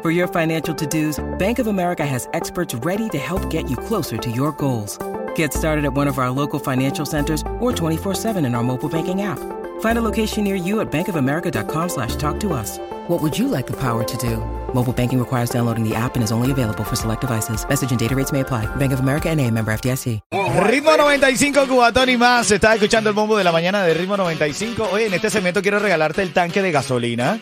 For your financial to-dos, Bank of America has experts ready to help get you closer to your goals. Get started at one of our local financial centers or 24-7 in our mobile banking app. Find a location near you at bankofamerica.com slash talk to us. What would you like the power to do? Mobile banking requires downloading the app and is only available for select devices. Message and data rates may apply. Bank of America and a member FDIC. Ritmo 95, Cubatón y más. Estás escuchando el bombo de la mañana de Ritmo 95. Oye, en este segmento quiero regalarte el tanque de gasolina.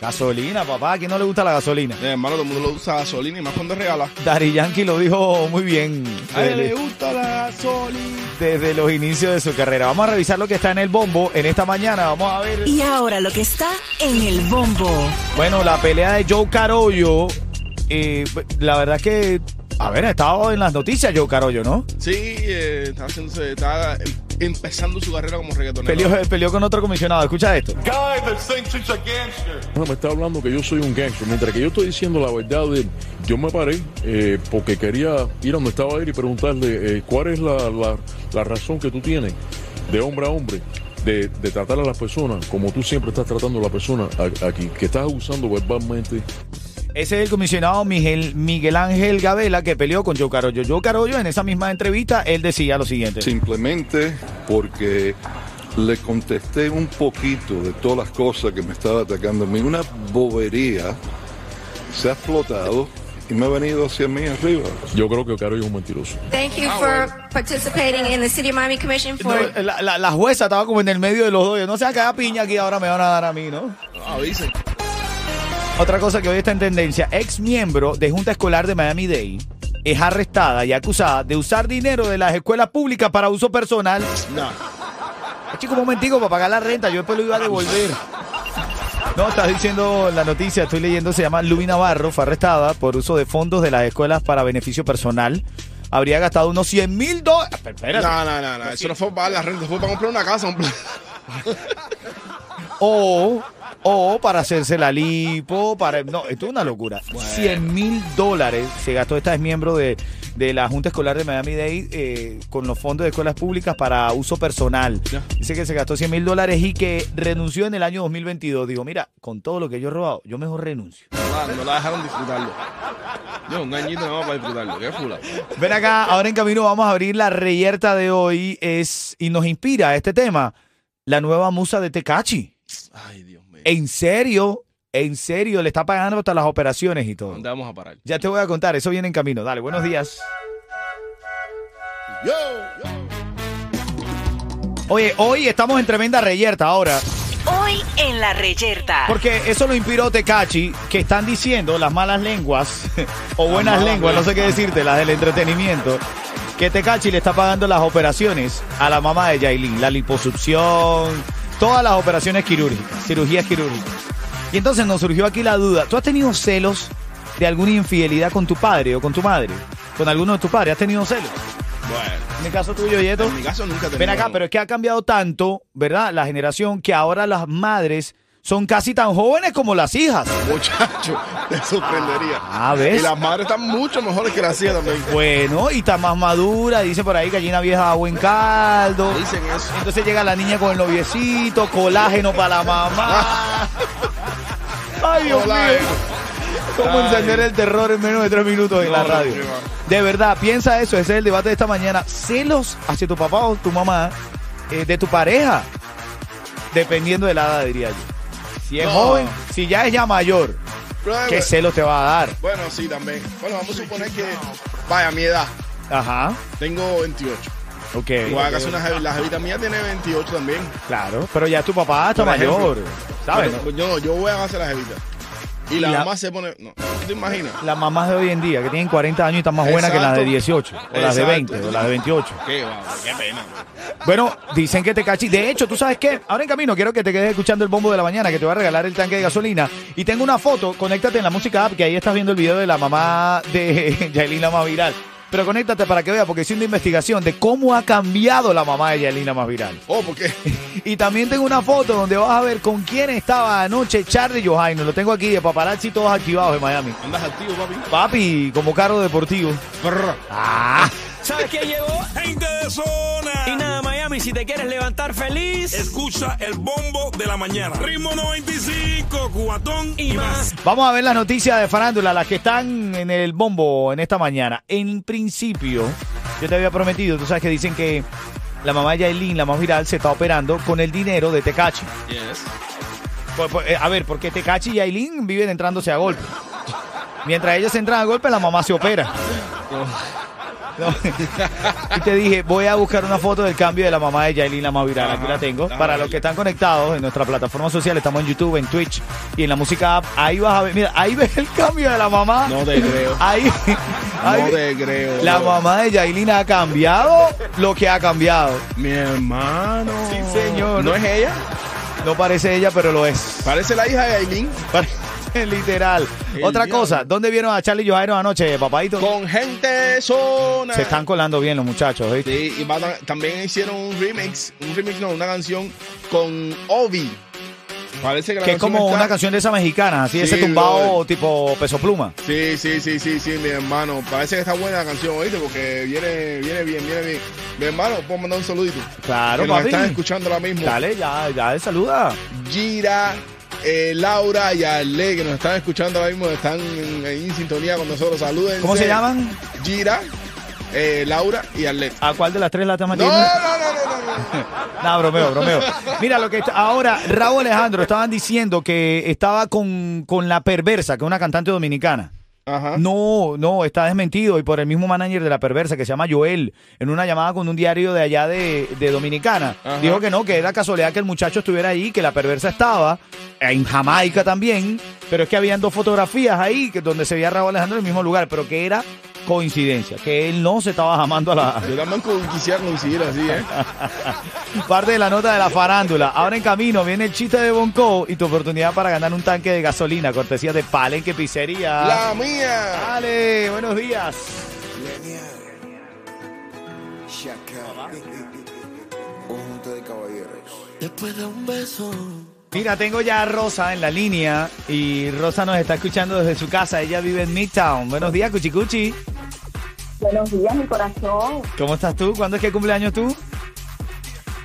Gasolina, papá. ¿A quién no le gusta la gasolina? Eh, hermano, todo el mundo lo usa gasolina y más cuando regala. Eh, Dari Yankee lo dijo muy bien. A él le Desde, gusta la gasolina. desde los inicios de su carrera. Vamos a revisar lo que está en el bombo en esta mañana. Vamos a ver. Y ahora lo que está en el bombo. Bueno, la pelea de Joe Carollo. eh, la verdad es que. A ver, ha estado en las noticias Joe Carollo, ¿no? Sí, eh, está, haciéndose, está eh, empezando su carrera como reggaetonero. Peleó, peleó con otro comisionado. Escucha esto. guy that thinks he's a gangster. Bueno, me está hablando que yo soy un gangster, mientras que yo estoy diciendo la verdad de yo me paré eh, porque quería ir a donde estaba él y preguntarle eh, cuál es la, la- la razón que tú tienes de hombre a hombre de, de tratar a las personas como tú siempre estás tratando a la persona a- aquí, que estás abusando verbalmente. Ese es el comisionado Miguel, Miguel Ángel Gabela que peleó con Joe Carollo. Joe Carollo en esa misma entrevista, él decía lo siguiente. Simplemente porque le contesté un poquito de todas las cosas que me estaba atacando a mí. Una bobería se ha explotado y me ha venido hacia mí arriba. Yo creo que Caro es un mentiroso. Thank you Ah, for participating in the City of Miami Commission for. No, eh, la, la- la jueza estaba como en el medio de los dos. Yo, No se va a quedar piña aquí, ahora me van a dar a mí, ¿no? Ah, dicen. Otra cosa que hoy está en tendencia, ex miembro de Junta Escolar de Miami Dade es arrestada y acusada de usar dinero de las escuelas públicas para uso personal. Nah. Chico, un momentico para pagar la renta, yo después lo iba a devolver. No, estás diciendo la noticia, estoy leyendo, se llama Luis Navarro, fue arrestada por uso de fondos de las escuelas para beneficio personal. Habría gastado unos 100 mil Ah, dólares. No, no, no, no. Eso no fue para la renta, fue para comprar una casa. un plan. O, o para hacerse la lipo, para... No, esto es una locura. 100 mil dólares se gastó esta es miembro de, de la Junta Escolar de Miami Dade eh, con los fondos de escuelas públicas para uso personal. Ya. Dice que se gastó 100 mil dólares y que renunció en el año 2022. Digo, mira, con todo lo que yo he robado, yo mejor renuncio. No, la- no la dejaron disfrutarlo. Yo, un añito nada más para disfrutarlo. Qué fula. Ven acá, ahora en camino vamos a abrir la reyerta de hoy es y nos inspira este tema, la nueva musa de Tecachi. Ay, Dios mío. En serio, en serio, le está pagando hasta las operaciones y todo. ¿Dónde vamos a parar? Ya te voy a contar, eso viene en camino. Dale, buenos días. Ah. Yo, yo. Oye, hoy estamos en tremenda reyerta ahora, Hoy en la reyerta. porque eso lo inspiró Tecachi, que están diciendo las malas lenguas, o buenas malas lenguas, no sé qué decirte, las del entretenimiento, que Tecachi le está pagando las operaciones a la mamá de Yailin, la liposucción, todas las operaciones quirúrgicas, cirugías quirúrgicas. Y entonces nos surgió aquí la duda, ¿tú has tenido celos de alguna infidelidad con tu padre o con tu madre? Con alguno de tus padres, ¿has tenido celos? Bueno, En el caso tuyo, Yeto. en mi caso nunca tenía. Ven acá, pero es que ha cambiado tanto, ¿verdad? La generación que ahora las madres son casi tan jóvenes como las hijas. Muchacho, te sorprendería. Ah, ¿ves? Y las madres están mucho mejores que las hijas también. Bueno, y está más madura, dice por ahí gallina vieja a buen caldo. Dicen eso. Entonces llega la niña con el noviecito, colágeno para la mamá. Ay, Dios Colágeno. mío. ¿Cómo encender el terror en menos de tres minutos en la No, radio? qué va. De verdad, piensa eso, ese es el debate de esta mañana. Celos hacia tu papá o tu mamá, eh, de tu pareja, dependiendo de la edad, diría yo. Si es No. joven, si ya es ya mayor, ¿qué celos te va a dar? Bueno, sí, también. Bueno, vamos a suponer que, vaya, mi edad, Ajá, tengo 28. ok. Igual que una jevi- la jevita mía tiene 28 también. Claro, pero ya tu papá está Por ejemplo. pues mayor, ¿sabes? Pero, Yo, yo voy a hacer la jevita. Y la La- mamá se pone. No, ¿tú te imaginas? Las mamás de hoy en día, que tienen 40 años y están más buenas que las de Exacto. 18, o las de Exacto. 20, o las de 28. Qué, va, qué pena. Bueno, dicen que te cachis. De hecho, ¿tú sabes qué? Ahora en camino quiero que te quedes escuchando el bombo de la mañana, que te va a regalar el tanque de gasolina. Y tengo una foto, conéctate en la música app, que ahí estás viendo el video de la mamá de Yailin, la más viral. Pero conéctate para que veas, porque hice una investigación de cómo ha cambiado la mamá de Yailin, la más viral. Oh, porque Y también tengo una foto donde vas a ver con quién estaba anoche Charlie Johaino. Lo tengo aquí de paparazzi todos activados en Miami. andas activo, papi. Papi, como carro deportivo. Ah. ¿Sabes quién llegó? Gente de zona. Y nada, Miami, si te quieres levantar feliz Escucha el bombo de la mañana. Ritmo 95, cubatón y más. Vamos a ver las noticias de farándula, las que están en el bombo en esta mañana. En principio, yo te había prometido, tú sabes que dicen que la mamá de Yailin, la más viral, se está operando con el dinero de Tecachi. Yes. Pues, pues, eh, a ver, porque Tecachi y Yailin viven entrándose a golpe. Mientras ellas se entran a golpe, la mamá se opera. No. y te dije, voy a buscar una foto del cambio de la mamá de Yailin, la más viral. Aquí la tengo. Para los que están conectados en nuestra plataforma social, estamos en YouTube, en Twitch y en la música app. Ahí vas a ver, mira, ahí ves el cambio de la mamá. No te creo. Ahí, ahí- No te creo. La bro. mamá de Yailin ha cambiado lo que ha cambiado. Mi hermano. Sí, señor. ¿No es ella? No parece ella, pero lo es. Parece la hija de Aileen. Literal. El Otra diablo. cosa, ¿dónde vieron a Charlie Johairo anoche, papadito? Con gente de zona. Se están colando bien los muchachos, ¿viste? Sí, y va ta- también hicieron un remix, un remix no, una canción con Obi. Parece que la Que es como está- una canción de esa mexicana, así ese Sí, tumbado brother. tipo peso pluma. Sí, sí, sí, sí, sí, mi hermano. Parece que está buena la canción, ¿oíste? Porque viene, viene bien, viene bien. Mi hermano, puedo mandar un saludito. Claro, que nos papi. están escuchando ahora mismo. Dale, ya, ya, saluda. Gira, eh, Laura y Ale, que nos están escuchando ahora mismo, están en, en sintonía con nosotros. Saluden. ¿Cómo se llaman? Gira, eh, Laura y Ale. ¿A cuál de las tres la estás No, metiendo? no, no, no, no, no. No, bromeo, bromeo. Mira lo que está- ahora Raúl Alejandro estaban diciendo que estaba con, con la perversa, que es una cantante dominicana. Ajá. No, no, está desmentido y por el mismo manager de la perversa que se llama Joel, en una llamada con un diario de allá de, de Dominicana, Ajá. dijo que no, que era casualidad que el muchacho estuviera allí, que la perversa estaba, en Jamaica también, pero es que habían dos fotografías ahí que donde se veía a Raúl Alejandro en el mismo lugar, pero que era coincidencia, que él no se estaba jamando a la, Yo también co- quisiera conseguir así, ¿eh? Parte de la nota de la farándula. Ahora en camino viene el chiste de Bonco y tu oportunidad para ganar un tanque de gasolina, cortesía de Palenque Pizzería. La mía. Dale, buenos días. Mira, tengo ya a Rosa en la línea y Rosa nos está escuchando desde su casa. Ella vive en Midtown. Buenos días, Cuchicuchi. Buenos días, mi corazón. ¿Cómo estás tú? ¿Cuándo es que cumpleaños tú?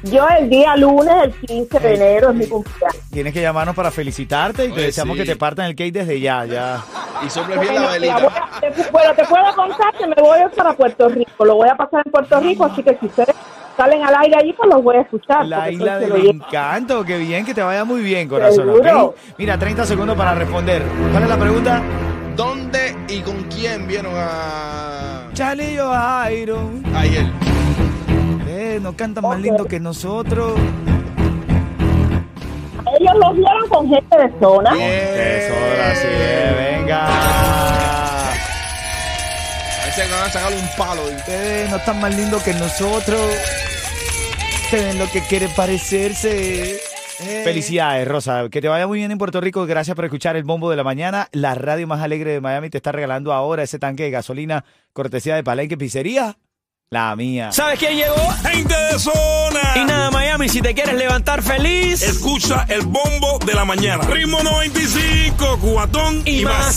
Yo el día lunes, el 15 de enero, es mi cumpleaños. Tienes que llamarnos para felicitarte y te Oye, deseamos sí. que te partan el cake desde ya, ya. Y soples bien Bueno, la la voy velita. a- te, pu- bueno, te puedo contar que me voy para Puerto Rico. Lo voy a pasar en Puerto Rico, así que si ustedes salen al aire allí, pues los voy a escuchar. La porque isla soy del oyente. encanto, qué bien, que te vaya muy bien, corazón. Seguro. ¿ok? Mira, 30 segundos para responder. ¿Cuál es la pregunta? ¿Dónde y con quién vieron a Chalillo Jairo. ayer? Eh, no cantan más Ok. lindo que nosotros. Ellos los vieron con gente de zona. Eso, ahora sí, eh, venga. Parece que van a sacarle un palo. ¿eh? Ustedes no están más lindo que nosotros. Ustedes ven lo que quieren parecerse. Eh. Felicidades, Rosa. Que te vaya muy bien en Puerto Rico. Gracias por escuchar el bombo de la mañana. La radio más alegre de Miami te está regalando ahora ese tanque de gasolina cortesía de Palenque Pizzería. La mía. ¿Sabes quién llegó? Gente de zona. Y nada, Miami, si te quieres levantar feliz Escucha el bombo de la mañana. Ritmo 95, cubatón y más.